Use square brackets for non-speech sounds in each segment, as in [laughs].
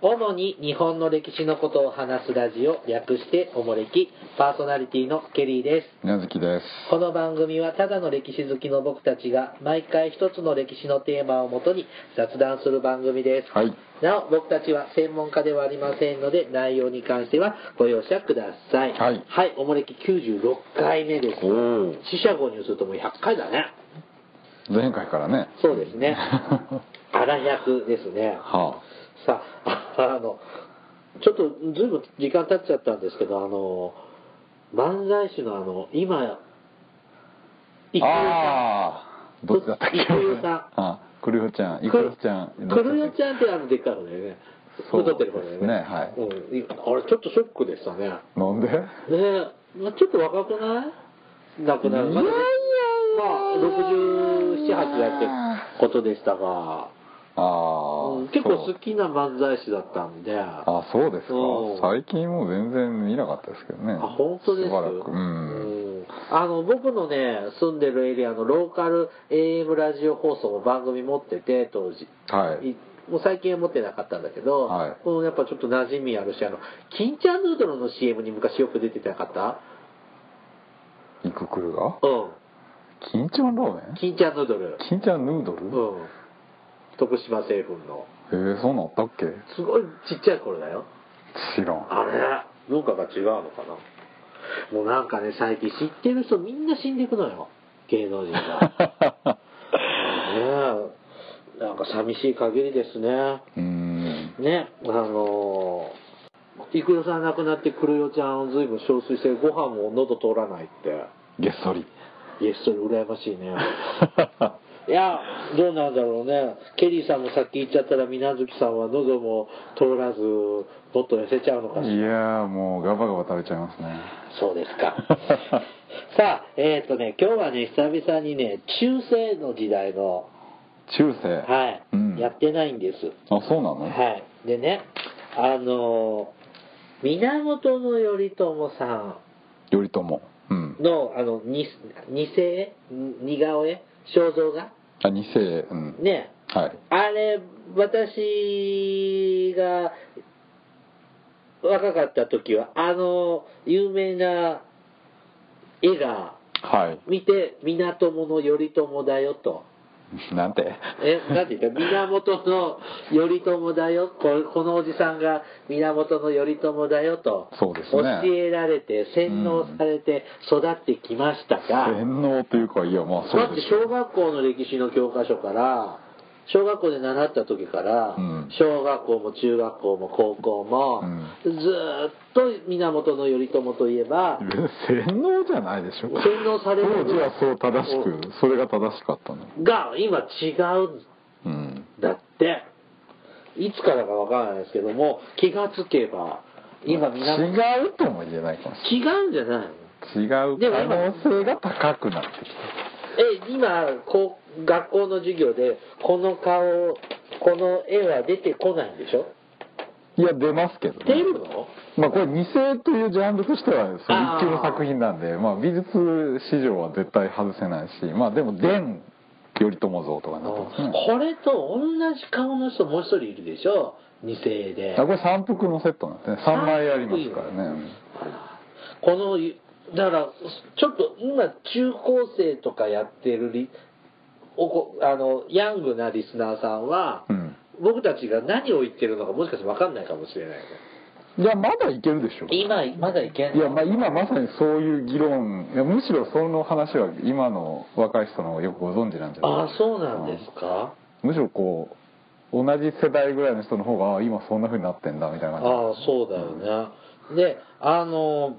主に日本の歴史のことを話すラジオ略しておもれきパーソナリティのケリーです宮月です。この番組はただの歴史好きの僕たちが毎回一つの歴史のテーマをもとに雑談する番組です、はい。なお僕たちは専門家ではありませんので内容に関してはご容赦くださいはいはい、おもれき96回目ですおー四捨五入するともう100回だね前回からね。そうですね [laughs] は [laughs] あら100ですねあ。さあ、あの、ちょっとずいぶん時間経っちゃったんですけど、あの、漫才師のあの、今、郁夫さん。ああ。どっちだったっけい。くよさんあ、くるよちゃん、いくよちゃん。くるよちゃんってあの、でっかい方だよね。そう太ってる方だよね。ねはいうんいあれ、ちょっとショックでしたね。ねゃん。なんで？え、まあ、ちょっと若くない亡くなるまで。いやいやいやまあ、67、8やってることでしたが、あうんあ。結構そ好う。きな漫才師だったんで。あ、そうですかうん。最近もう全然見なかったですけどね。あ本当ですしばらく。ううん。んあの僕のね住んでるエリアのローカル AM ラジオ放送も番組持ってて当時はいい。もう最近は持ってなかったんだけど、はいうんやっぱちょっと馴染みあるしあの金ちゃんヌードルの CM に昔よく出てなかったいくくるが？う金ちゃんラーメんン？金ちゃんヌードル金ちゃんヌードル？うへん徳島製粉のえ、そうなったっけ？すごいちっちゃい頃だよ知らん。あれ文化が違うのかなもうなんかね最近知ってる人みんな死んでいくのよ芸能人が [laughs] ねえなんか寂しい限りですね。 [laughs] うーん。ね、あのー、郁代さん亡くなって、くるよちゃんを随分憔悴して、ご飯も喉通らないって。げっそり。いや、それ羨ましいね。いや、どうなんだろうね。ケリーさんもさっき言っちゃったら、水無月さんは喉も通らず、もっと痩せちゃうのかしらいやーもうガバガバ食べちゃいますねそうです [laughs] か。さあ、えっ、とね、今日はね、久々にね、中世の時代の、中世はい、うんやってないんです。あそうなの、はい。でね、あのー源頼朝さん頼朝うんの、あの、に二世に似顔絵肖像画あ二世うんね。はいあれ、私が若かった時は、あの、有名な絵がはい見て、源の頼朝だよと。 [laughs] なんてえ、なんて言った源の頼朝だよ。ここのおじさんが源の頼朝だよと。そうですね教えられて、洗脳されて育ってきましたが、洗脳というかいやまあそだっうてです小学校の歴史の教科書から、小学校で習った時から、うん小学校も中学校も高校も、うんずーっと源頼朝といえば、洗脳じゃないでしょ洗脳される当時はそう正しくそれが正しかったのが今違うんうんだっていつからかわからないですけども気がつけば今みんな違違うとも言えないかもしうんじゃないのれない違うでも可能性が高くなってきえ今こう学校の授業でこの顔この絵は出てこないんでしょたいや出ますけどね出るのまあ、これ二世というジャンルとしてはその一級の作品なんでまあ、美術史上は絶対外せないし、まあ、でも伝頼朝像とかになってますねこれと同じ顔の人もう一人いるでしょ二世であこれ三服のセットなんですね3枚ありますからねこのだからちょっと今中高生とかやってるリおこあのヤングなリスナーさんは、うん僕たちが何を言ってるのかもしかして分かんないかもしれないねいやまだいけるでしょ今まだいけないいやまあ今まさにそういう議論いやむしろその話は今の若い人の方がよくご存知なんじゃないああそうなんですか、むしろこう同じ世代ぐらいの人の方があ今そんな風になってんだみたいな感じああそうだよね、であの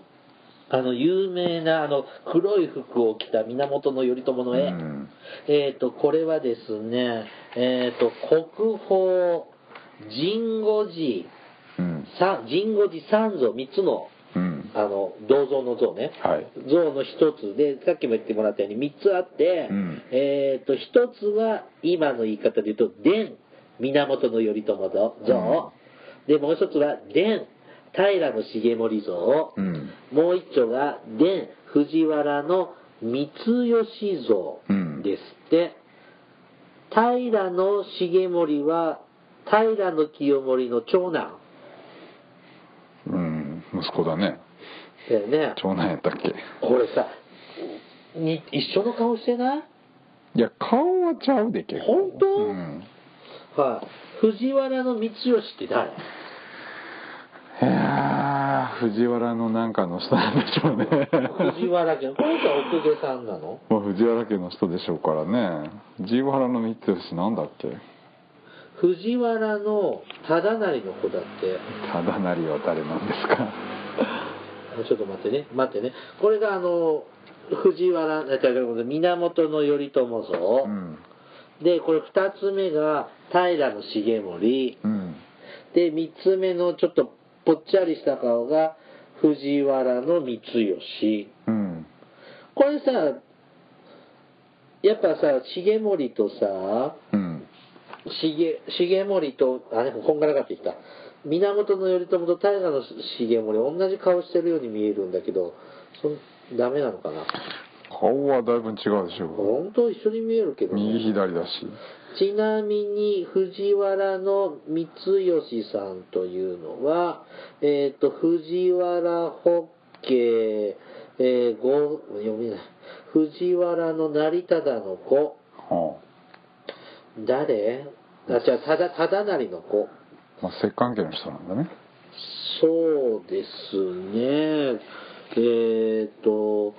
あの有名なあの黒い服を着た源頼朝の絵、うんえっ、とこれはですねえっ、と国宝神護寺うんさ神護寺三像3つのうんあの銅像の像ね、はい像の一つでさっきも言ってもらったように3つあって、うんえっ、と一つは今の言い方で言うと「伝源頼朝像」でもう一つは「伝平重盛像」うんもう一丁が「伝藤原の三吉像」ですって、平重盛は平清盛の長男うん息子だねだよね長男やったっけこれさに一緒の顔してないいや顔はちゃうで結構本当うん、はい、藤原の道義って誰いやー藤原のなんかの人なんでしょうね [laughs] 藤原家のこの人は奥家さんなのまあ藤原家の人でしょうからね藤原の光吉なんだっけ藤原の忠成の子だってただなりは誰なんですかあちょっと待ってね待ってねこれがあの藤原え違うごめんなさい源頼朝像、うんでこれ2つ目が平重盛うんで3つ目のちょっとぽっちゃりした顔が藤原の光義うんこれさやっぱさ重盛とさうん重重盛とあれこんがらがってきた源頼朝と平の重盛同じ顔してるように見えるんだけどそんダメなのかな顔はだいぶ違うでしょ本当一緒に見えるけど、ね、右左だしちなみに藤原の光義さんというのは、えっ、と、藤原ホッケー、えー、ご、読めない。藤原の成忠の子、は誰あ、違う、ただ、ただ成の子。あまあ摂関家の人なんだねそうですね。えっ、と、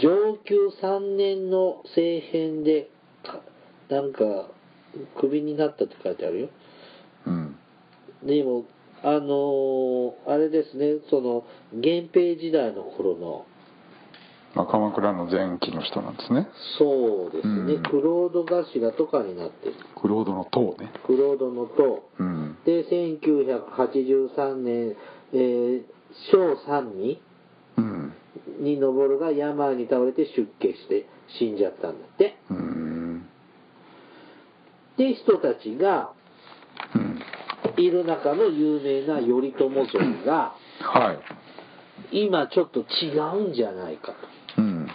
上級3年の政変で、かなんか、クビになったって書いてあるよ。うんでも、あのーあれですね、その、源平時代の頃の、まあ鎌倉の前期の人なんですねそうですね、うんクロード頭とかになってる。クロードの塔ねクロードの塔。うんで、1983年、えー、小三味うんに登るが病に倒れて出家して死んじゃったんだって。うんで、人たちがうんいる中の有名な頼朝像が、はい今ちょっと違うんじゃないかと。うん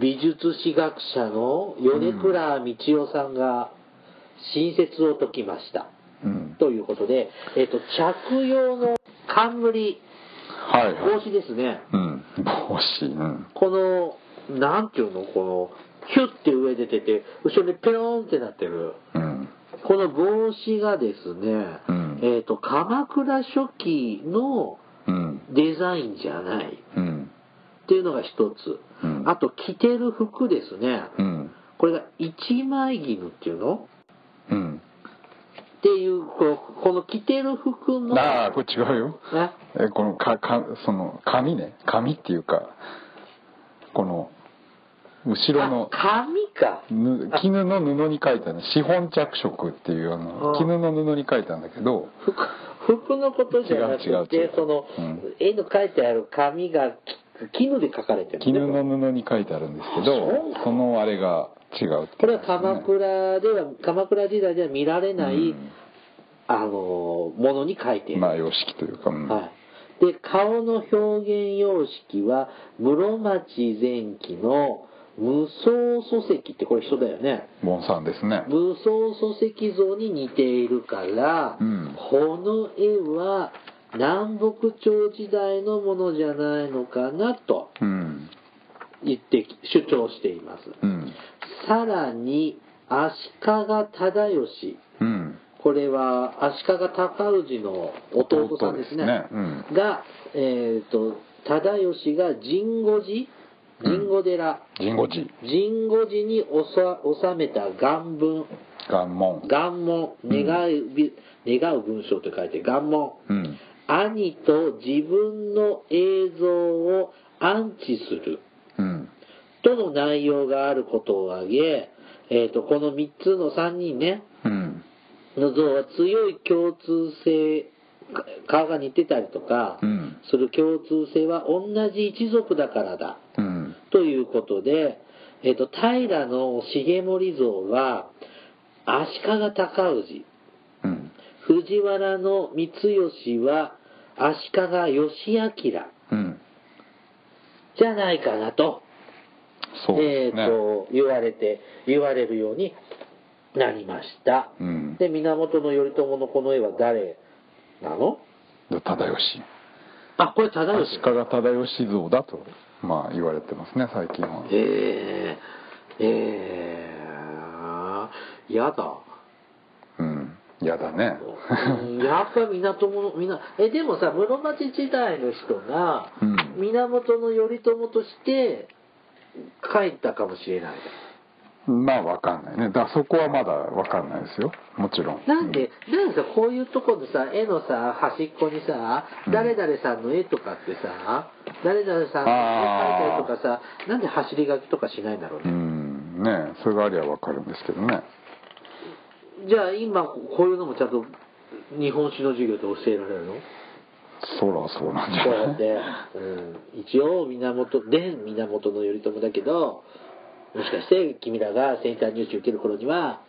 美術史学者の米倉道夫さんが新説を解きました。うんということで、えっ、と、着用の冠、はいはい帽子ですね。うん帽子うんこの、なんていうのこの、ヒュッて上出てて、後ろにペローンってなってる。うんこの帽子がですね、うんえっ、と、鎌倉初期のうんデザインじゃない。っうんていうのが一つ。うんあと、着てる服ですね。うんこれが一枚絹っていうのうんっていう、このこの着てる服の、ああこれ違うよね、えこのかかその紙ね紙っていうかこの後ろのあ紙か。ぬ絹の布に書いたね資本着色っていうああの絹の布に書いたんだけど服服のことじゃな違う違くうて違うその、うん絵の書いてある紙がき絹で書かれてる絹ねの布に書いてあるんですあそけうどなのそのあれが違うってこれやはつ鎌ね倉では鎌倉時代では見られない、うんあのものに書いてる、まあ様式というか、うんはい、で顔の表現様式は室町前期の無双礎石ってこれ人だよねボンさんですね無双礎石像に似ているから、うんこの絵は南北朝時代のものじゃないのかなとうん言ってき主張しています。うんさらに足利忠義うんこれは足利尊氏の弟さんですね弟ですねうんが、えー、と忠義が神護寺神護寺、神護寺神護寺に収めた願文岩門願文願うび、願う文章と書いて願文うん兄と自分の映像を安置するうんとの内容があることを挙げ、えー、とこの3つの3人ねうんの像は強い共通性か顔が似てたりとかうんする共通性は同じ一族だからだうんということで、えー、と平の重盛像は足利尊氏うん藤原の光義は足利義明うんじゃないかなと,、そうえでっすねと言われて言われるようになりました。うんで、源頼朝のこの絵は誰なので忠義あ、これ忠義。足利忠義像だと、まあ、言われてますね最近はえー、えー、やだ。うん嫌だねうん [laughs] やっぱ源の、みな、え、でもさ、室町時代の人が、うん源頼朝として、書いたかもしれない。まあ分かんないねだからそこはまだ分かんないですよもちろんなんで、なんでさ、こういうとこのさ、絵のさ、端っこにさう、ん誰々さんの絵とかってさ、誰々さんの絵描いたりとかさ、なんで走り書きとかしないんだろううね。んねそれがありゃ分かるんですけどねじゃあ今、こういうのもちゃんと日本史の授業で教えられるのそらそうなんじゃこうやっないて、うん、一応源、現源頼朝だけど、もしかして君らがセンター入試受ける頃には、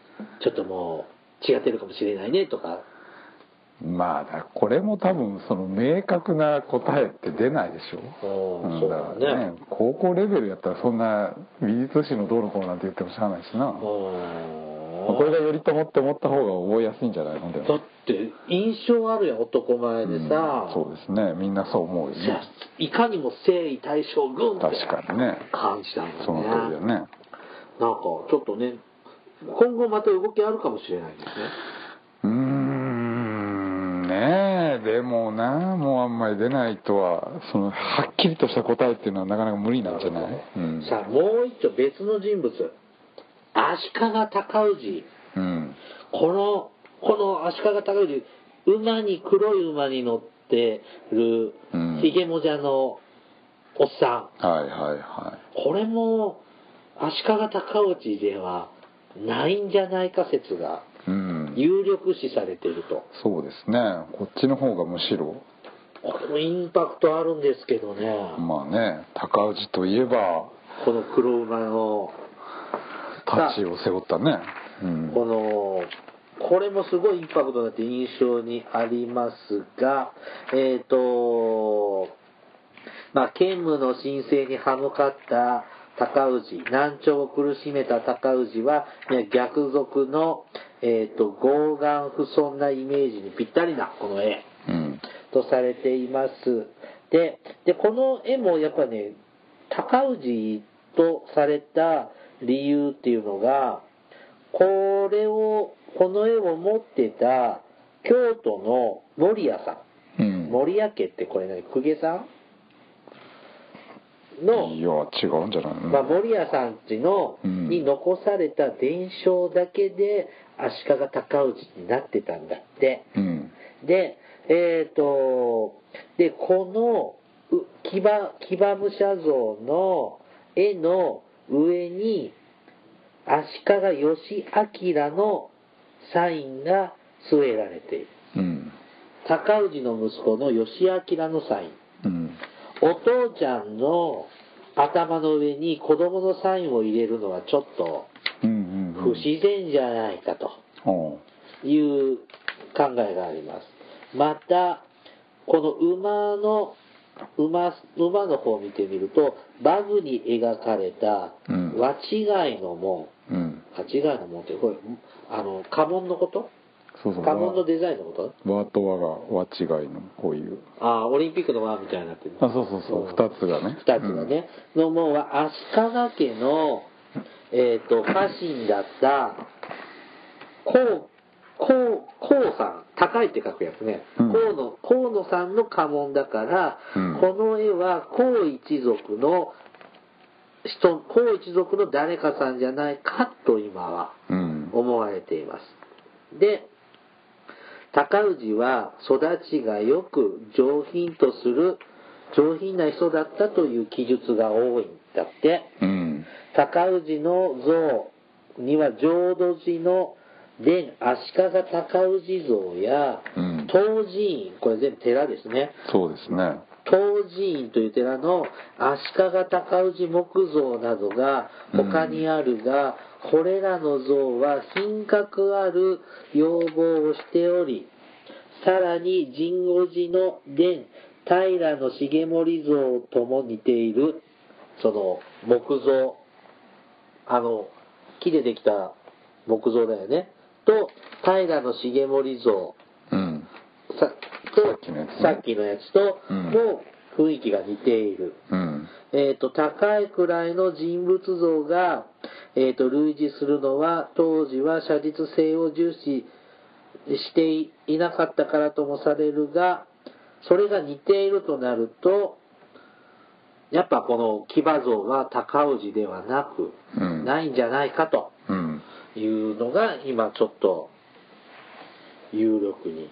ちょっともう違ってるかもしれないねとか、まあだからこれも多分その明確な答えって出ないでしょ、うんんそうだねから高校レベルやったらそんな美術史のどうのこうのなんて言ってもしゃあないしな、うんまあこれが頼朝って思った方が覚えやすいんじゃないのでだって印象あるやん男前でさ、うんそうですねみんなそう思うよいやねいかにも征夷大将軍って確かにね感じたんだそのよ通ねりだねなんかちょっとね今後また動きあるかもしれないですねうーんねえでもなもうあんまり出ないとはそのはっきりとした答えっていうのはなかなか無理なんじゃない、うんさあもう一丁別の人物足利尊氏うん、このこの足利尊氏馬に黒い馬に乗ってるうんひげもじゃのおっさんはいはいはこれも足利尊氏ではないんじゃないか説がいうん有力視されているとそうですねこっちの方がむしろこれもインパクトあるんですけどね、まあね高氏といえばこの黒馬の太刀を背負ったねうんこのこれもすごいインパクトになって印象にありますがえっ、とまあ兼務の申請に歯向かった高氏難聴を苦しめた高氏は逆賊の、えー、と傲岸不遜なイメージにぴったりなこの絵うんとされています。で、でこの絵もやっぱね、高氏とされた理由っていうのが、これを、この絵を持ってた京都の守屋さ、うんん守屋家ってこれ何、公家さんの、いや違うんじゃないの、まあ、森谷さんちの、うんに残された伝承だけで足利尊氏になってたんだって。うんで、えっ、と、で、この、う騎馬、騎馬武者像の絵の上に、足利義明のサインが据えられている。うん高氏の息子の義明のサイン。うんお父ちゃんの頭の上に子供のサインを入れるのはちょっとうんうん不自然じゃないかと。おういう考えがあります。また、この馬の、馬、馬の方を見てみると、バグに描かれたうん、和違いの門、うん和違いの門って、これ、あの、家紋のことそうそう家紋のデザインのこと和と和が和違いのこういうああ、オリンピックの輪みたいになってる。あそうそうそう二つがね二つがね。の門は、足利家の、えっ、と、家臣だった、こう、こう、こうさん、高いって書くやつね。う河ん野、河野さんの家紋だから、うんこの絵は河一族の人、河一族の誰かさんじゃないかと今はうん思われています。で、高氏は育ちがよく上品とする上品な人だったという記述が多いんだって。うん高氏の像には浄土寺の伝足利高氏像やうん東寺院これ全部寺ですねそうですね東寺院という寺の足利高氏木像などが他にあるが、これらの像は品格ある要望をしておりさらに神護寺の伝平の重盛像とも似ているその木像あの木でできた木像だよねとと平の重盛像うんささっときのやつねさっきのやつとうんもう雰囲気が似ている、うんえー、と高い位の人物像が、えー、と類似するのは当時は写実性を重視していなかったからともされるがそれが似ているとなるとやっぱこの騎馬像は高氏ではなく、うんないんじゃないかとうんいうのが今ちょっと有力に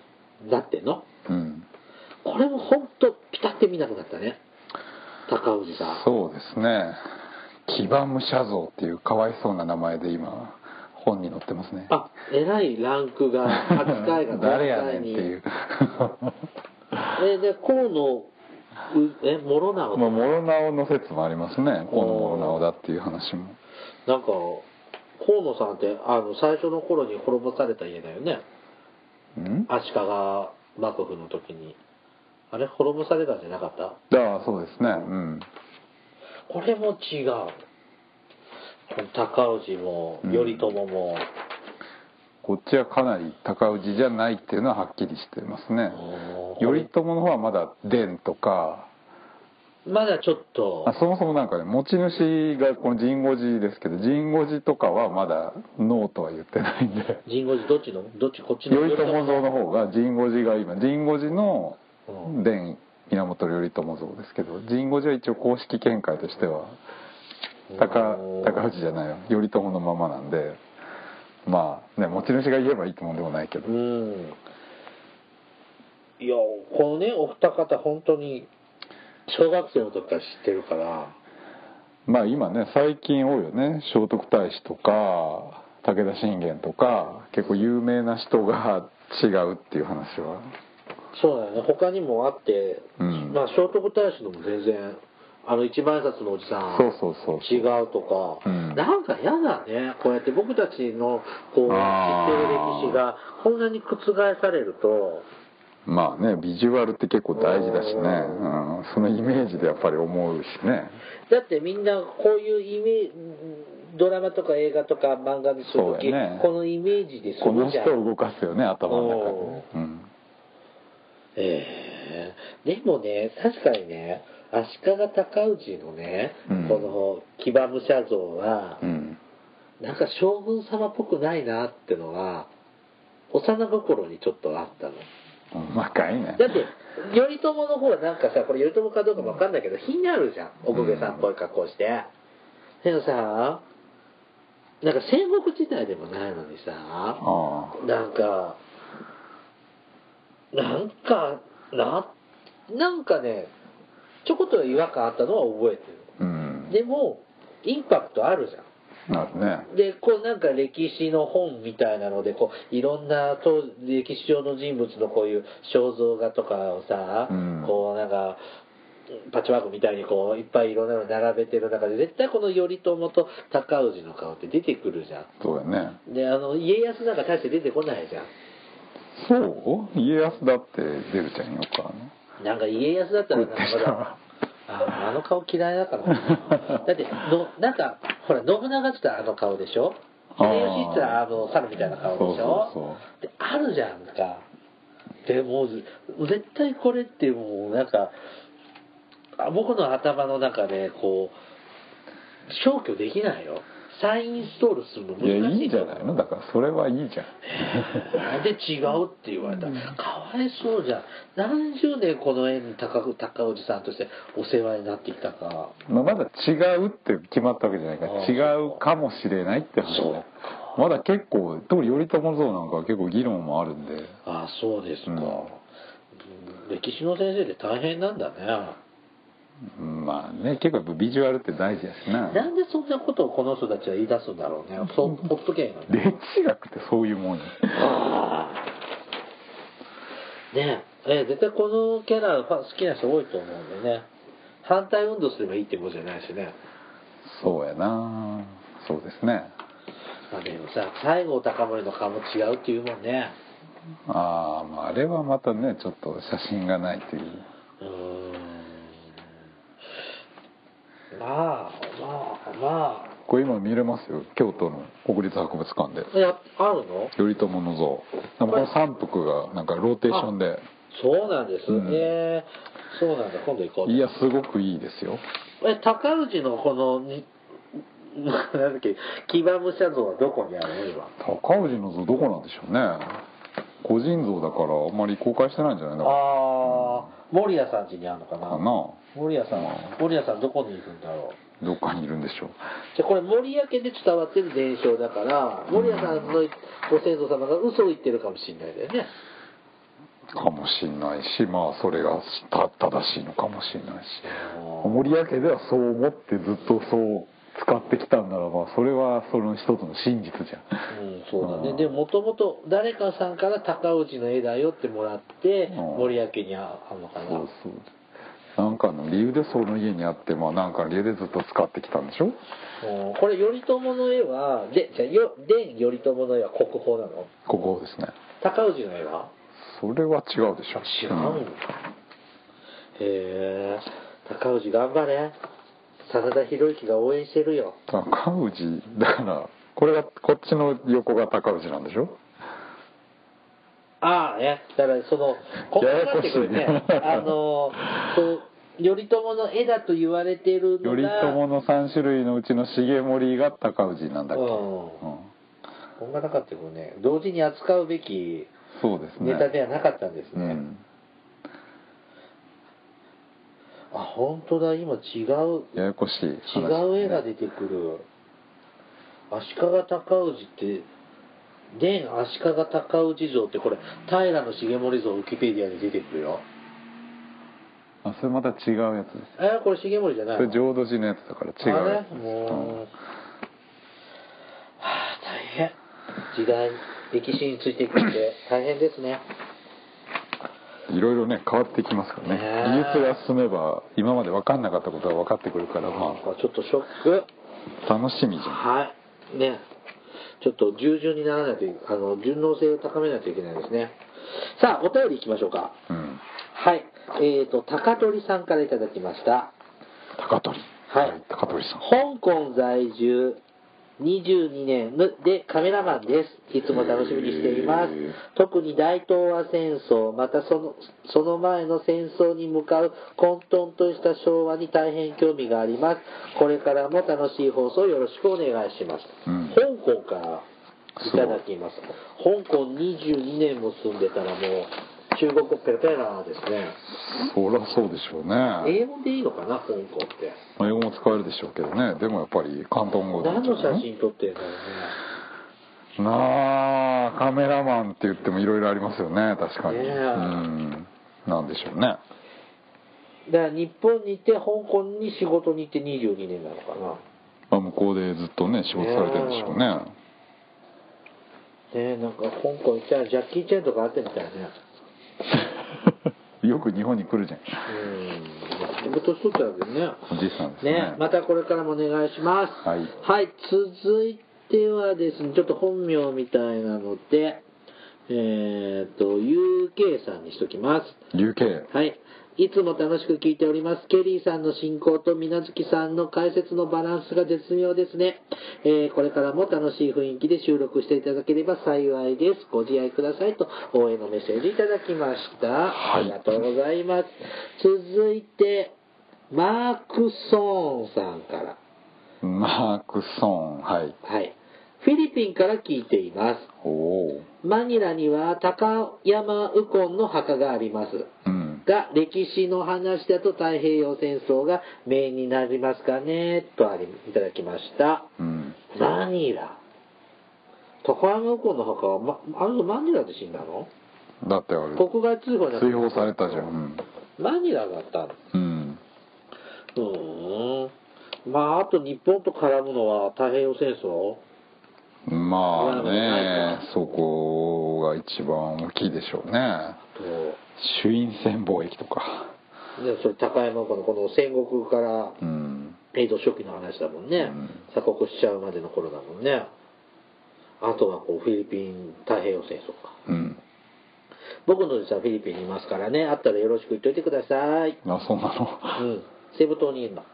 なってんのうんこれも本当ピタって見なくなったね高氏さんそうですね騎馬武者像っていうかわいそうな名前で今本に載ってますねあ、えらいランクが、扱いが。[laughs] 誰やねんっていううえ、で、河野、うえ、諸直 [laughs] まあ諸直の説もありますねこの諸直だっていう話もなんか、河野さんって、あの、最初の頃に滅ぼされた家だよね。うんあ足利幕府の時に。あれ、滅ぼされたんじゃなかったあそうですねうんこれも違う。高氏も、うん頼朝も、こっちはかなり高氏じゃないっていうのははっきりしてますねおー頼朝の方はまだ伝とかまだちょっとあ、そもそもなんかね持ち主がこの神護寺ですけど神護寺とかはまだノーとは言ってないんで神宮寺どっちのどっちこっちの頼朝像の方が神護寺が今神護寺のうん伝源頼朝像ですけど神護寺は一応公式見解としては高うん高氏じゃないよ頼朝のままなんでまあね持ち主が言えばいいってもんでもないけどうんいやこのねお二方本当に小学生の時から知ってるからまあ今ね最近多いよね聖徳太子とか武田信玄とか結構有名な人が違うっていう話はそうだよね他にもあって、うんまあ聖徳太子のも全然あの一万円札のおじさんそうそうそう違うとか、うんなんか嫌だねこうやって僕たちのこう知ってるあー歴史がこんなに覆されるとまあねビジュアルって結構大事だしね、うん、そのイメージでやっぱり思うしねだってみんなこういうイメージドラマとか映画とか漫画にするそう時、だよねこのイメージですこのるじ人ゃんを動かすよね頭の中でね、うん、ええでもね確かにね足利尊氏のね、うんこの騎馬武者像はう、んなんか将軍様っぽくないなってのは幼心にちょっとあったの細かいねだって頼朝の方はなんかさこれ頼朝かどうかもわかんないけど品あるじゃんおこげさんっぽい格好して、でもさなんか戦国時代でもないのにさあなんか、なんか、な、なんかね、ちょこっと違和感あったのは覚えてあうんる。でも、インパクトあるじゃん。なるねで、こうなんか歴史の本みたいなので、こう、いろんな当歴史上の人物のこういう肖像画とかをさ、うんこうなんか、パッチワークみたいにこういっぱいいろんなの並べてる中で絶対この頼朝と高氏の顔って出てくるじゃそうだねんであの家康なんか大して出てこないじゃんそう家康だって出るじゃんよくあのなんか家康だったらなんかまだああの顔嫌いだ [laughs] からなだってのなんかほら信長って言ったらあの顔でしょあー秀吉って言ったらあの猿みたいな顔でしょそうそうであるじゃんかでもうず絶対これってもうなんかあ僕の頭の中でこう消去できないよ再インストールするのいや難しいいいじゃないのだからそれはいいじゃんなんで違うって言われたかわいそうじゃん何十年この絵に高く高おじさんとしてお世話になってきたかまあまだ違うって決まったわけじゃないからああ違うかもしれないって話そうだまだ結構特に頼朝像なんかは結構議論もあるんでああそうですか、うんうん歴史の先生って大変なんだねうんまあね結構やっぱビジュアルって大事やしななんでそんなことをこの人たちは言い出すんだろうねそうほっとけんよね歴史学ってそういうもんよああねええ絶対このキャラファン好きな人多いと思うんでね反対運動すればいいってことじゃないしねそうやなそうですねまあでもさ西郷隆盛の顔も違うっていうもんねああまああれはまたねちょっと写真がないといううーんまあまあまあこれ今見れますよ京都の国立博物館でえああるの頼朝の像でもこの3幅がなんかローテーションでそうなんですね、うんえーそうなんだ今度行こういやすごくいいですよえ高氏のこのに [laughs] なんだっけ騎馬武者像はどこにあるの今高氏の像どこなんでしょうね個人像だからあんまり公開してないんじゃないだかああ守屋さん家にあるのかならかな守屋さんあ守屋さんどこにいるんだろうどっかにいるんでしょうじゃあこれ守屋家で伝わってる伝承だから守屋さんのご先祖様が嘘を言ってるかもしれないだよねかもしんないしまあそれがた正しいのかもしんないしうん守屋家ではそう思ってずっとそう使ってきたんならばそれはその一つの真実じゃんうん、そうだうねんでももともと誰かさんから高氏の絵だよってもらってうん守屋家にああるのかなそうそうなんかの理由でその家にあってまあなんかの理由でずっと使ってきたんでしょうんこれ頼朝の絵はでじゃあよ伝頼朝の絵は国宝なのここですね高氏の絵はそれは違うでしょ違うんだ、へえ高氏頑張れ真田広之が応援してるよ高氏だからこれがこっちの横が高氏なんでしょああねだからそのここになってくるねややこしいねあのそう頼朝の絵だと言われてるの頼が朝の3種類のうちの重盛が高氏なんだっけ、うんうんこんがなかったけどね同時に扱うべきそうですねネタではなかったんですうねん、あ本当だ今違うややこしい話違う絵が出てくる足利尊氏って伝足利尊氏像ってこれ平重盛像ウィキペディアに出てくるよあそれまた違うやつですえこれ重盛じゃないそれ浄土寺のやつだから違うやつあれですもう、はあ大変時代歴史についていくって大変ですねうんいろいろね変わってきますからねねえ技術が進めば今まで分かんなかったことが分かってくるかならんまかちょっとショックあ楽しみじゃんはいねちょっと従順にならないといあの順応性を高めないといけないですねさあお便りいきましょうかうんはい。えっ、と、高取さんからいただきました。高取はい高取さん香港在住22年でカメラマンです。いつも楽しみにしていますへー。特に大東亜戦争、またそのその前の戦争に向かう混沌とした昭和に大変興味があります。これからも楽しい放送よろしくお願いします。うん香港からいただきます。香港22年も住んでたらもう中国語ペラペラですね。そりゃそうでしょうね英語でいいのかな香港ってまあ英語も使えるでしょうけどねでもやっぱり広東語な何んじゃのない写真撮ってるんだろうねなあカメラマンって言ってもいろいろありますよね確かに、ねえうんなんでしょうねだから日本に行って香港に仕事に行って22年なのかなまあ向こうでずっとね仕事されてるんでしょうね [laughs] ねえなんか香港行ったらジャッキー・チェンとかあってみたいねよく日本に来るじゃんうん仕事しとったわけねおじいさんですねねまたこれからもお願いしますはい続いてはですねちょっと本名みたいなのでえっ、と UK さんにしときます UK はい。いつも楽しく聞いております。ケリーさんの進行と水無月さんの解説のバランスが絶妙ですね、えーこれからも楽しい雰囲気で収録していただければ幸いです。ご自愛くださいと応援のメッセージいただきました。はいありがとうございます。続いて、マークソーンさんから。マークソンはいはい。フィリピンから聞いています。おおマニラには高山右近の墓があります。うんが歴史の話だと太平洋戦争がメインになりますかねとありいただきましたうんマニラ高山右近の墓は、ま、あの人マニラで死んだのだってあれ国外追放じゃなくて追放されたじゃんマニラだったのうん、うん、うーんまああと日本と絡むのは太平洋戦争まあないねかそこが一番大きいでしょうねと朱印船貿易とかでそれ高山右近のこの戦国からうん江戸初期の話だもんね、うん鎖国しちゃうまでの頃だもんねあとはこうフィリピン太平洋戦争かうん僕の実はフィリピンにいますからねあったらよろしく言っといてくださいあそうなのうんセブ島にいるのあ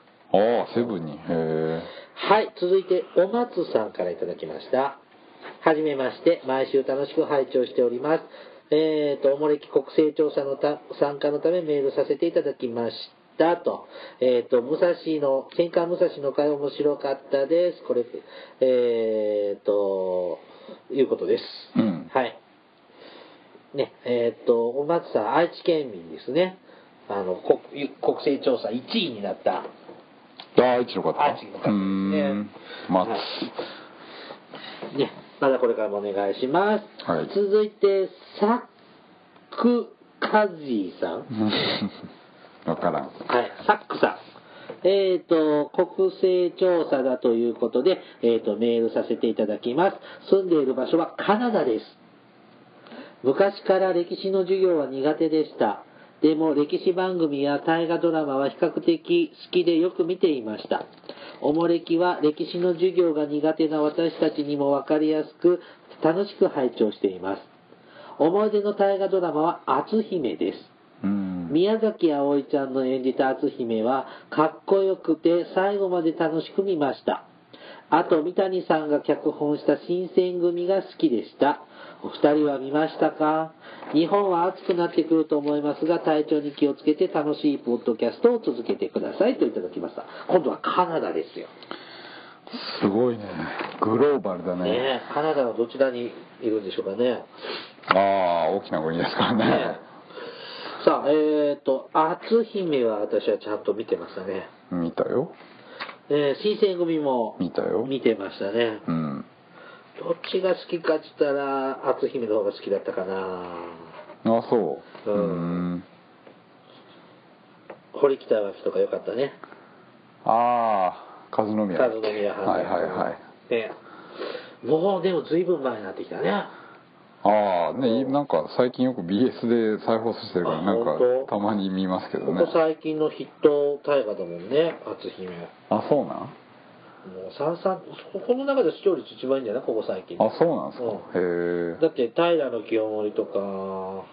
あセブンにへえはい、続いて、お松さんからいただきました。はじめまして、毎週楽しく拝聴しております。えーと、おもれき国勢調査のた参加のためメールさせていただきましたと。えーと、武蔵の、戦艦武蔵の会面白かったです。これ、えーと、いうことです。うんはい。ね、えーっと、お松さん、愛知県民ですね。あの、国、国勢調査1位になった。ああ一良かったあ一良かったうーねん松はいね、まだこれからもお願いします。はい続いて、サックカジーさん。分からんはい、サックさん。えっ、と、国勢調査だということで、えっ、と、メールさせていただきます。住んでいる場所はカナダです。昔から歴史の授業は苦手でした。でも、歴史番組や大河ドラマは比較的好きでよく見ていました。おもれきは歴史の授業が苦手な私たちにもわかりやすく、楽しく拝聴しています。思い出の大河ドラマは、篤姫です。うん宮崎あおいちゃんの演じた篤姫はかっこよくて最後まで楽しく見ましたあと三谷さんが脚本した新選組が好きでしたお二人は見ましたか日本は暑くなってくると思いますが体調に気をつけて楽しいポッドキャストを続けてくださいといただきました今度はカナダですよすごいねグローバルだねねえカナダはどちらにいるんでしょうかねああ大きな国ですからねねさあえっ、ー、と篤姫は私はちゃんと見てましたね見たよえー新選組も見たよ見てましたね。うんどっちが好きかって言ったら、篤姫の方が好きだったかな。あそうううんん堀北真希とか良かったね。ああ和宮和宮藩はいはいはいねもうでも随分前になってきたね。ああねなんか最近よく BS で再放送してるかあらなんか本当たまに見ますけどこねこ最近の筆頭大河だもんね、篤姫。もあそうなんう三三ここの中で視聴率一番いいんじゃないここ最近。あそうなんですか、へだって平清盛とか、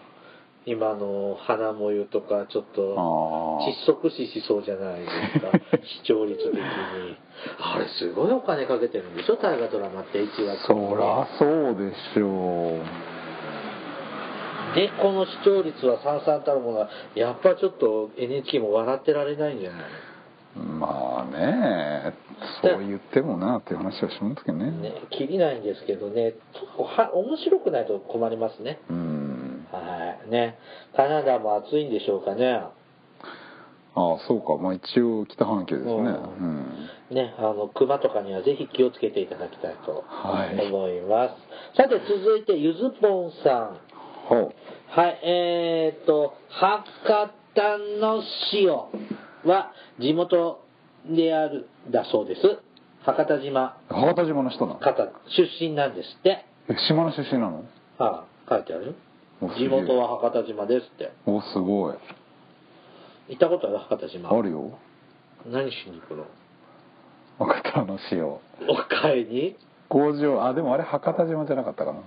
今の花もゆとか、ちょっと。え窒息死しそうじゃないです [laughs] か視聴率的にあれすごいお金かけてるんでしょ大河ドラマって1ああ話そらそうでしょうでこの視聴率はさんさんたるものはやっぱちょっと NHK も笑ってられないんじゃないまあねそう言ってもなっていう話はしますけどねね切りないんですけどねは面白くないと困りますねうんはいねカナダも暑いんでしょうかねああそうかまあ一応北半球ですねううんん、ね、あの、熊とかにはぜひ気をつけていただきたいとはい思います。さて、続いて、ゆずぽんさん。ほはい、えー、と、博多の塩は地元であるだそうです。博多島う博多島の人なの方出身なんですって。え島の出身なのああ、書いてあるおす地げえ元は博多島ですって。おすごい行ったことある博多島。あるよ何しに行くの博多の塩お買いに工場あでもあれ博多島じゃなかったかな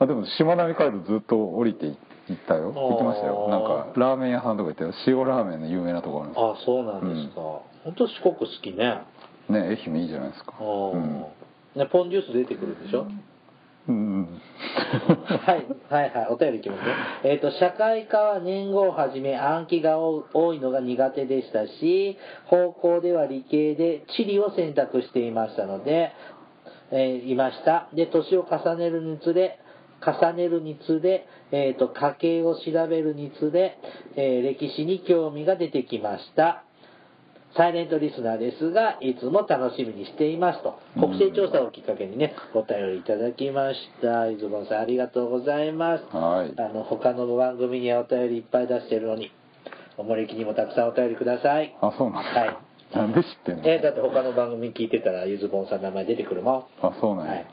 あでもしまなみ海道ずっと降りてい行ったよあー行きましたよなんかラーメン屋さんとか行ったよ塩ラーメンの有名なところあるんでああ、そうなんですか。本当四国好きね。すよね愛媛いいじゃないですかうんおーね、ポンジュース出てくるでしょ、うんはい、はいはいお便りいきますねえっ、と社会科は年号をはじめ暗記が多多いのが苦手でしたし方向では理系で地理を選択していましたので、えーいましたで年を重ねるにつれ重ねるにつれ、えっと家計を調べるにつれ、えー歴史に興味が出てきましたサイレントリスナーですが、いつも楽しみにしていますと。国勢調査をきっかけにね、お便りいただきました。ゆずぼんさん、ありがとうございます。 [laughs] はいあの、他の番組にはお便りいっぱい出してるのに、おもれきにもたくさんお便りください。あそうなんだ、はいなんで知ってんのえだって他の番組聞いてたら、ゆずぼんさんの名前出てくるもあそうなんや、はへい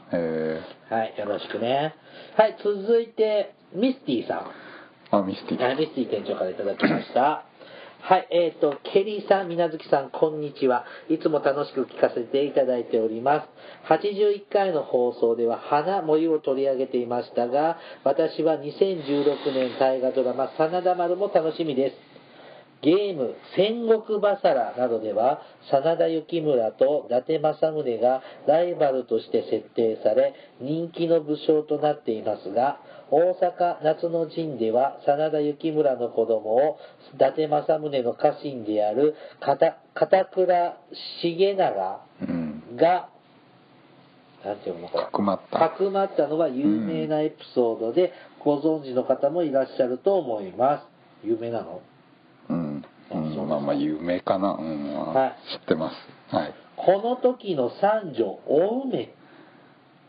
えん。はい、よろしくね。はい、続いて、ミスティさん。あミスティはいミスティ店長からいただきました。 [coughs] はい、えっ、と、ケリーさん、みなずきさん、こんにちは。いつも楽しく聞かせていただいております。81回の放送では、花もゆを取り上げていましたが、私は2016年大河ドラマ、真田丸も楽しみです。ゲーム「戦国バサラ」などでは真田幸村と伊達政宗がライバルとして設定され人気の武将となっていますが大阪夏の陣では真田幸村の子供を伊達政宗の家臣である片片倉重長うんが、なんていうのこれかくまったかくまったのは有名なエピソードで、ご存知の方もいらっしゃると思います。有名なのうん、うあそうですかん、まあまあ有名かな、うんは知ってますはい、この時の三女、お梅、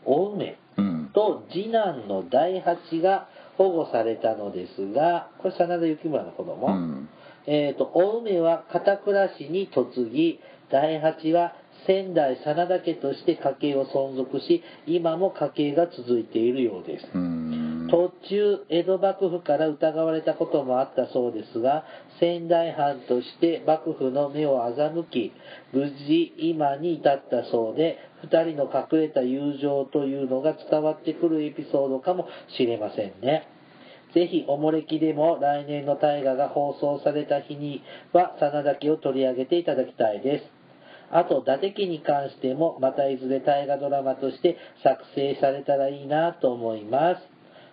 お梅うん、と次男の大八が保護されたのですが、これ真田幸村の子供。うんえっ、と、お梅は片倉市に嫁ぎ、第八は仙台真田家として家計を存続し、今も家計が続いているようです。うん途中、江戸幕府から疑われたこともあったそうですが、仙台藩として幕府の目を欺き、無事今に至ったそうで、二人の隠れた友情というのが伝わってくるエピソードかもしれませんね。ぜひ、おもれきでも来年の大河が放送された日には、真田家を取り上げていただきたいです。あと、伊達家に関しても、またいずれ大河ドラマとして作成されたらいいなと思います。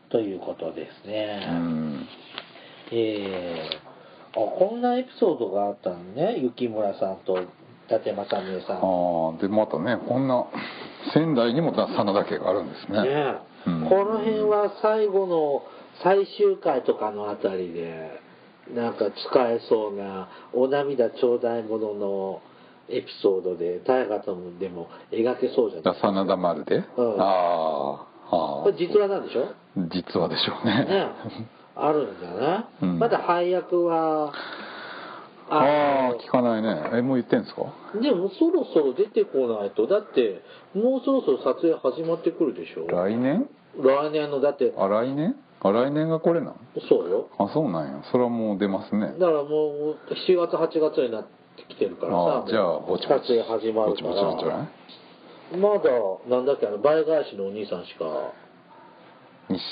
ということですね。うんえー、あ、こんなエピソードがあったのね、雪村さんと伊達政宗さん。ああでまたねこんな仙台にもだ真田家があるんですねねえ、うんこの辺は最後の最終回とかのあたりでなんか使えそうなお涙ちょうだいもののエピソードで大河ともでも描けそうじゃないだ真田丸で、うんああああこれ実話なんでしょね実はでしょうねえあるんじゃない、うんまだ配役はあのあ聞かないねえもう言ってんですかでもそろそろ出てこないとだってもうそろそろ撮影始まってくるでしょ来年来年のだってあ来年あ来年がこれなんそうよあそうなんやそれはもう出ますねだからもう7月8月になってきてるからあさあじゃあぼちぼち撮影始まるかぼちぼちなんじゃらないまだなんだっけあの倍返しのお兄さんしか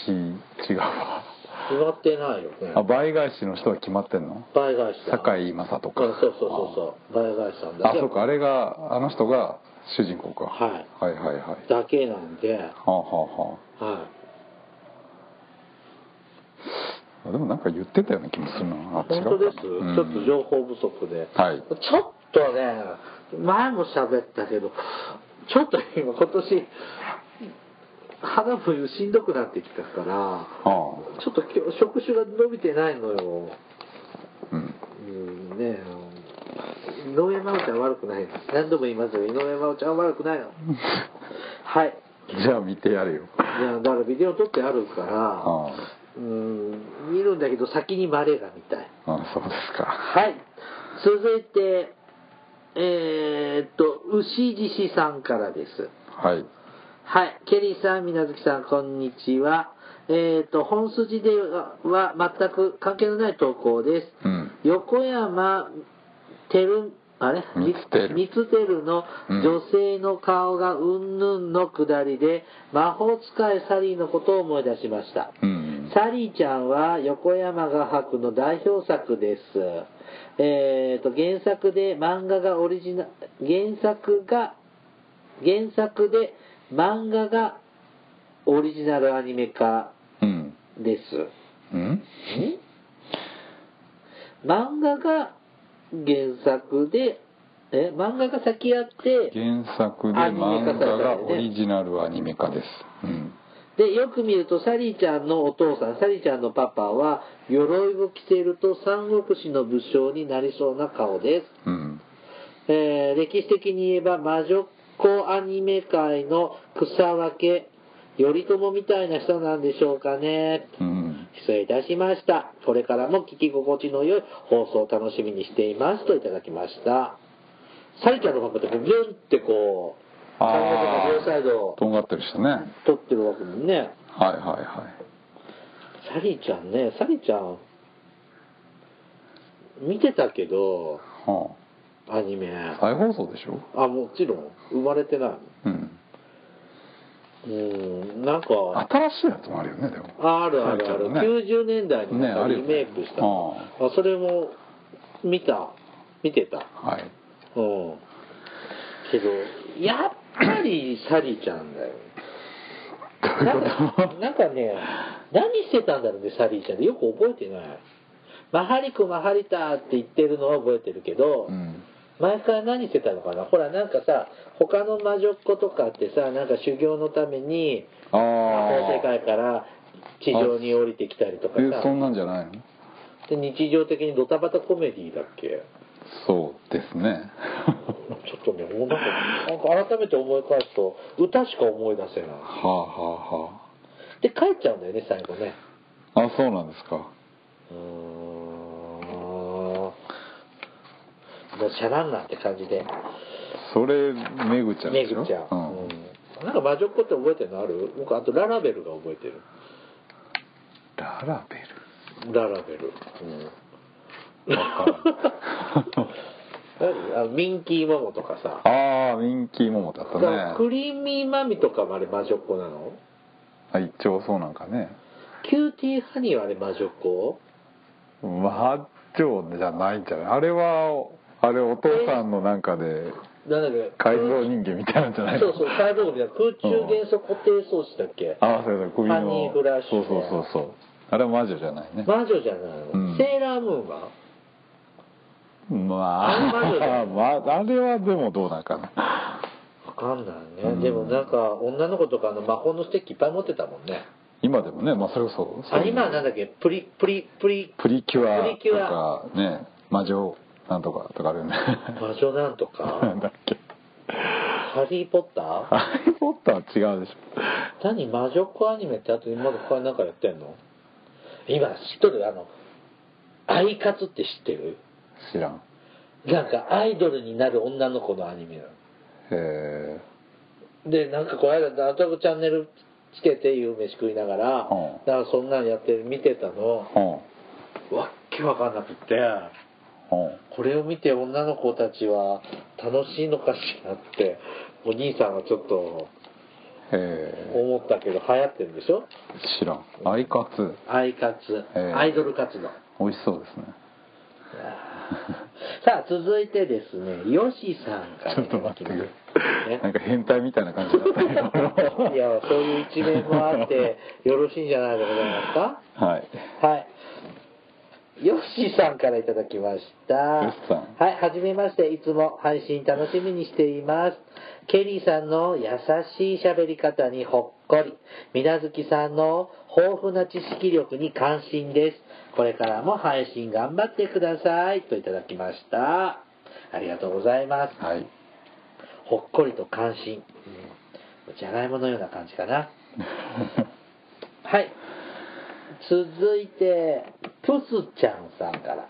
西違うわ決まってないよねあ倍返しの人は決まってんの倍返しさん堺井雅人かうんそうそうそうそう倍返しさんだあけそうかあれがあの人が主人公か、はいはいはいはいはだけなんではあはあはあでもなんか言ってたような気もするなあい違うか本当です、うんちょっと情報不足ではいちょっとね前も喋ったけどちょっと今今年花冬しんどくなってきたからあちょっと今日職種が伸びてないのよあうん [laughs] うんねえ、井上真央ちゃん悪くないの何度も言いますよ、井上真央ちゃん悪くないの。はい。じゃあ見てやれよいや、だからビデオ撮ってあるから、あうん、見るんだけど先にマレーが見たい。あああそうですかはい。続いて、えーっと、牛獅子さんからです。はいはい。ケリーさん、みなずきさん、こんにちは。えーっと、本筋ではは全く関係のない投稿です。うん横山てるあれ光輝光輝の女性の顔がうんぬんのくだりで、魔法使いサリーのことを思い出しました。うんサリーちゃんは横山画伯の代表作です。えー、と、原作で漫画がオリジナ、原作が、原作で漫画がオリジナルアニメ化うんです。うん漫画が原作でえ漫画が先やって原作でアニメ化されたん漫画だよねがオリジナルアニメ化ですうんでよく見るとサリーちゃんのお父さんサリーちゃんのパパは鎧を着ていると三国志の武将になりそうな顔ですうんえー歴史的に言えば魔女っ子アニメ界の草分け頼朝みたいな人なんでしょうかねうん失礼いたしました。これからも聞き心地の良い放送を楽しみにしていますといただきました。サリちゃんの方ってこうギュンってこう、あー髪の毛の両サイドをとんがってる人ねはい取ってるわけもね。はいはいサリちゃんね、サリちゃん、見てたけど、はアニメ。あ再放送でしょあ、もちろん、生まれてない。うんうん、なんか、新しいやつもあるよねでもああるあるある、ね90年代になんかねあるリよメねイクした、ああそれも見た見てたはいうんけどやっぱりサリちゃんだよどうなんいうこと [laughs] [laughs] かなんかね何してたんだろうねサリーちゃんってよく覚えてないマハリクマハリタって言ってるのは覚えてるけど、うん前から何してたのかなほらなんかさ他の魔女っ子とかってさなんか修行のためにああ法世界から地上に降りてきたりとかえそさんなんじゃないので日常的にドタバタコメディだっけそうですね [laughs] ちょっとねもうなんかなんか改めて思い返すと歌しか思い出せないはあはあはで帰っちゃうんだよね最後ねああそうなんですかうーんもうシャランランって感じでそれめぐちゃんめでしょぐちゃん、うんうんなんか魔女っ子って覚えてるのある僕あとララベルが覚えてるララベル [laughs] ララベル、うん、 [laughs] 何あミンキーマモとかさああミンキーモモだったねクリーミーマミとかもあれ魔女っ子なのあ一応そうなんかねキューティーハニーはあれ魔女っ子マッチョじゃないんじゃないあれはあれお父さんのなんかでなんだっけ改造人間みたいなんじゃないそのうそうサイボーグじゃない空中元素固定装置だっけ、ああそうそう首ハニのーフラッシそうュそうそうそうあれは魔女じゃないね魔女じゃないの、うんセーラームーンはまあれ魔女じゃなあい [laughs] まああれはでもどうなんかなわかんないね、うんでもなんか女の子とかあの魔法のステッキいっぱい持ってたもんね今でもねまあそれこそあ今なんだっけプリプリプリプリキュプアリキュアとかね魔女なんとかとかあるよね魔女なんと [laughs] なかんだっけハリー・ポッターハリー・ポッターは違うでし何魔女っ子アニメってあと今まで他に何かやってんの今知っとるあのアイカツって知ってるょ知らんなんかアイドルになる女の子のアニメなへえのでなんかこの間なんとなくチャンネルつけて夕飯食いながら、うんなんかそんなんやってる見てたのうんわっけわかんなくってうんこれを見て女の子たちは楽しいのかしらってお兄さんはちょっとへえ思ったけど流行ってるんでしょ知らんアイカツアイカツえーアイドル活動美味しそうですねさあ続いてですねヨシさんからちょっと待ってくれねなんか変態みたいな感じだった [laughs] よいやそういう一面もあってよろしいんじゃないでございますはいかはいヨシさんからいただきましたヨシさんはいはじめましていつも配信楽しみにしていますケリーさんの優しい喋り方にほっこり水無月さんの豊富な知識力に感心ですこれからも配信頑張ってくださいといただきましたありがとうございますはいほっこりと感心、うん、じゃがいものような感じか [laughs] なはい続いてプスちゃんさんから、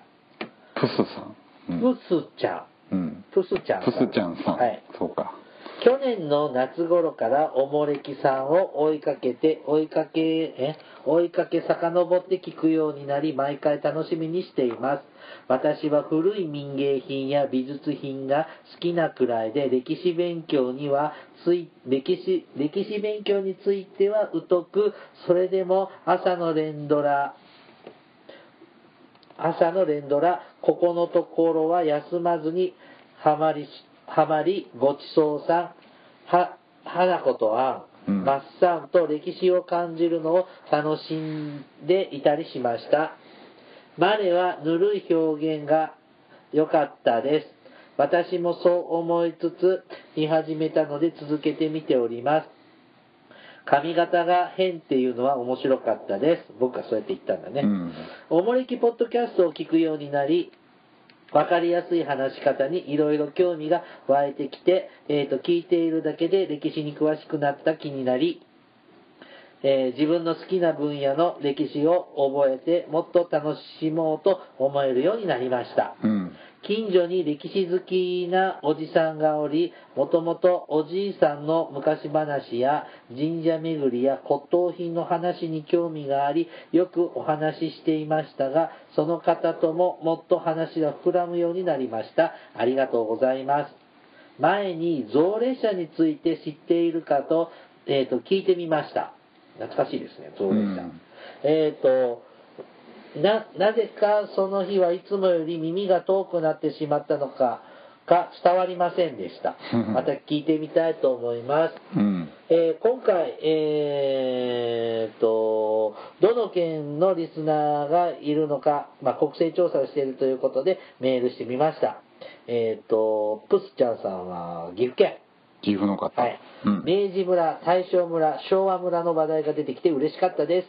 プスさんうん、プスちゃんうん、プスちゃんプスちゃんさん、はいそうか去年の夏頃からおもれきさんを追いかけて追いかけえ追いかけ遡って聞くようになり毎回楽しみにしています私は古い民芸品や美術品が好きなくらいで歴史勉強にはつい歴史歴史勉強については疎くそれでも朝の連ドラ朝の連ドラ、ここのところは休まずに、はまりし、はまり、ごちそうさん、は、花子とあ、うんんまっさんと歴史を感じるのを楽しんでいたりしました。マレはぬるい表現が良かったです。私もそう思いつつ、見始めたので続けてみております。髪型が変っていうのは面白かったです。僕はそうやって言ったんだね。うんおもれきポッドキャストを聞くようになり、わかりやすい話し方にいろいろ興味が湧いてきて、えっ、と、聞いているだけで歴史に詳しくなった気になり、えー自分の好きな分野の歴史を覚えてもっと楽しもうと思えるようになりました。うん近所に歴史好きなおじさんがおり、もともとおじいさんの昔話や神社巡りや骨董品の話に興味があり、よくお話ししていましたが、その方とももっと話が膨らむようになりました。ありがとうございます。前に造霊者について知っているかと、えっ、と、聞いてみました。懐かしいですね、造霊者。うん。えっ、と、な、なぜかその日はいつもより耳が遠くなってしまったのか、が伝わりませんでしたまた聞いてみたいと思います。うんえー今回、えーと、どの県のリスナーがいるのか、まあ、国勢調査をしているということでメールしてみました。えーと、プスちゃんさんは岐阜県。岐阜の方、はい。うん、明治村、大正村、昭和村の話題が出てきて嬉しかったです。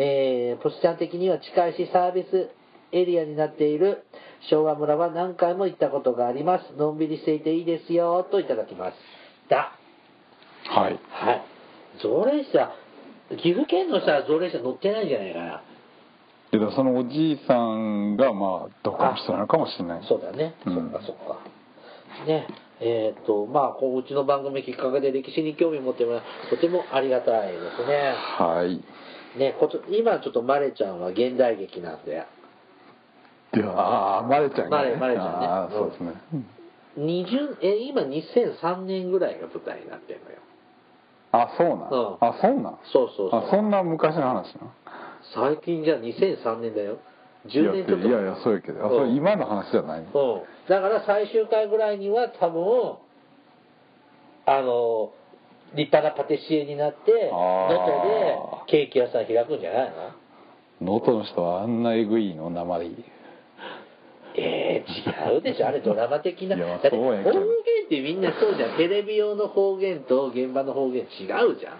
えー、ポスちゃん的には近いしサービスエリアになっている昭和村は何回も行ったことがあります。のんびりしていていいですよ、といただきました。はいはい。ゾレ車、岐阜県のさ、ゾレ車乗ってないんじゃないかな。でだからそのおじいさんがまあどこの人なのかもしれないそうだね。うんそっかそっか。ね。えっ、と、まあ、こう、うちの番組きっかけで歴史に興味持ってもらうとてもありがたいですね。はいね、こと今ちょっとマレちゃんは現代劇なんで、ではあーマレちゃんがマレねマレちゃんねあーそうですね、うん20え今2003年ぐらいが舞台になってるのよ。あそうなん、うんあそうなんそうそうそうあそんな昔の話な最近じゃ2003年だよ。10年ちょっと。いやいやそうやけどあそれ今の話じゃないのうん。だから最終回ぐらいには多分、あの、立派なパティシエになって、あー能登でケーキ屋さん開くんじゃないの能登の人はあんなえぐいの生でいいえー、違うでしょ、あれドラマ的な。いやだってそう方や言けどってみんなそうじゃん。テレビ用の方言と現場の方言違うじゃ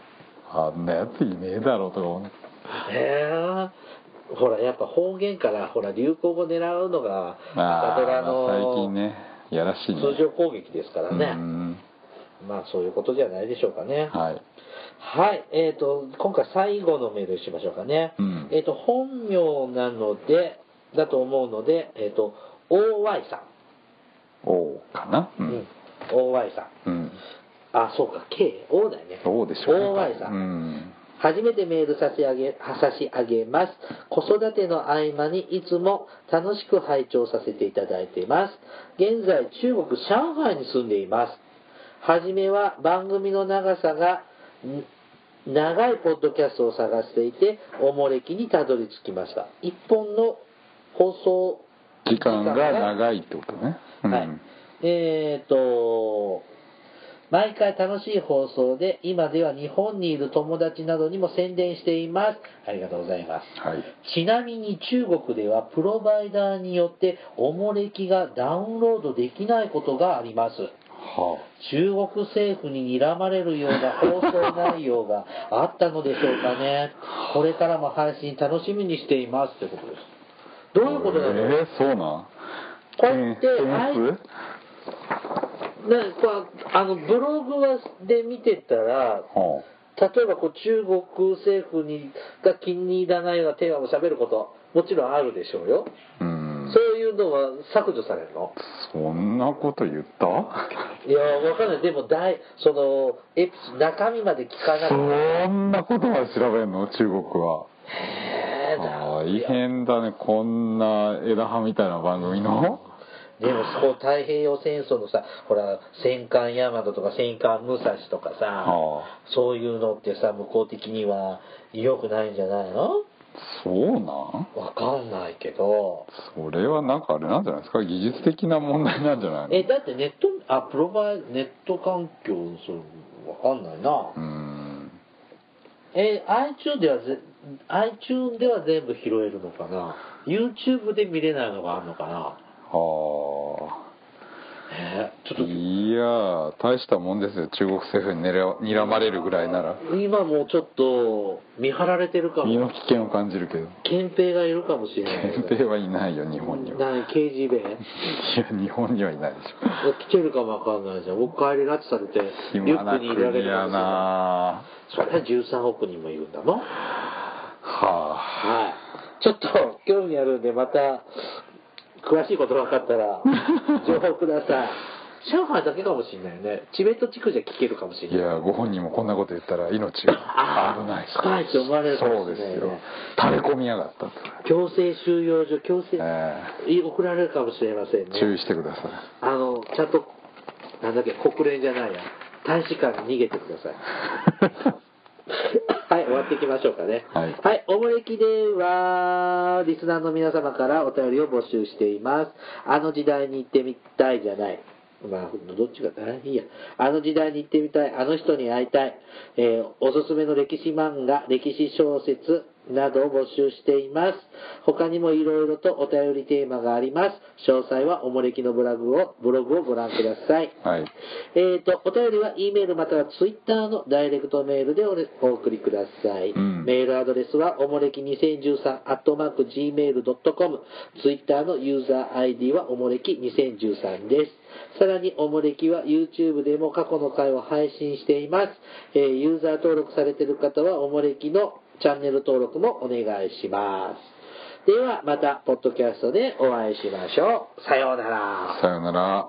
ん。あんなやついねえだろうとか思ってへえほらやっぱ方言からほら流行語狙うのがあ朝ドラー最近のねやらしい通ね常攻撃ですからうね、んまあそういうことじゃないでしょうかねはいはいえっ、と今回最後のメールしましょうかね、うんえっ、と本名なのでだと思うのでえっ、と OY さ、王かなんうん OY さんうんあそうか KO だよね王でしょうね OY さん、うん初めてメール差し上げ、差し上げます。子育ての合間にいつも楽しく拝聴させていただいています。現在、中国上海に住んでいます。はじめは番組の長さが、ん長いポッドキャストを探していて、おもれきにたどり着きました。一本の放送時間が長いってことねうんはい。えっ、と、毎回楽しい放送で、今では日本にいる友達などにも宣伝しています。ありがとうございます。はいちなみに中国ではプロバイダーによっておもれきがダウンロードできないことがあります。は中国政府に睨まれるような放送内容があったのでしょうかね。これからも配信楽しみにしていますということです。あどういうことなの、えーそうなんこれって検検出なんかあのブログはで見てたらは例えばこう中国政府にが気に入らないようなテーマをしゃべることもちろんあるでしょうよ、あうんそういうのは削除されるのそんなこと言ったいやわかんないでも大そのエピソ中身まで聞かないそんなことまで調べんの中国はへえだ大変だねこんな枝葉みたいな番組のでもこう太平洋戦争のさほら戦艦大和とか戦艦武蔵とかさ、はあそういうのってさ向こう的には良くないんじゃないのそうなんわかんないけどそれはなんかあれなんじゃないですか技術的な問題なんじゃないのえだってネットあプロバイネット環境そうわかんないな、うーんえ iTune ではぜ iTune では全部拾えるのかな YouTube で見れないのがあるのかなはえーちあょっといやー大したもんですよ中国政府にねら睨まれるぐらいなら今もうちょっと見張られてるか身もの危険を感じるけど憲兵がいるかもしれない憲兵はいないよ日本には何 KGB? いや日本にはいないでしょ来てるかもわかんないじゃん僕帰り拉致されてリュ暇ッなクに入れられ国るかやもしれなないそれは13億人もいるんだもんはあはい。ちょっと興味あるんで、また、詳しいこと分かった [laughs] ら、情報ください。上海だけかもしれないね。チベット地区じゃ聞けるかもしれいない。やご本人もこんなこと言ったら命があー危ない近いと思われるかそもうしでれないすねよ垂れ込みやがったと、強制収容所、強制、えい送られるかもしれませんえ注ね。意してくださいあの、ちゃんと、なんだっけ、国連じゃないや。大使館に逃げてください。はい、終わっていきましょうかね。はいおもれきでは、リスナーの皆様からお便りを募集しています。あの時代に行ってみたいじゃない。まあ、どっちが大変いいや。あの時代に行ってみたい。あの人に会いたい。えーおすすめの歴史漫画、歴史小説などを募集しています。他にもいろいろとお便りテーマがあります。詳細はおもれきのブログを、ブログをご覧ください。はいえー、と、お便りは E メールまたは Twitter のダイレクトメールでおれお送りください。うんメールアドレスはおもれき2013アットマーク Gmail.com。Twitter のユーザー ID はおもれき2013です。さらにおもれきは YouTube でも過去の回を配信しています。えーユーザー登録されている方はおもれきのチャンネル登録もお願いします。ではまた、ポッドキャストでお会いしましょう。さようなら。さよなら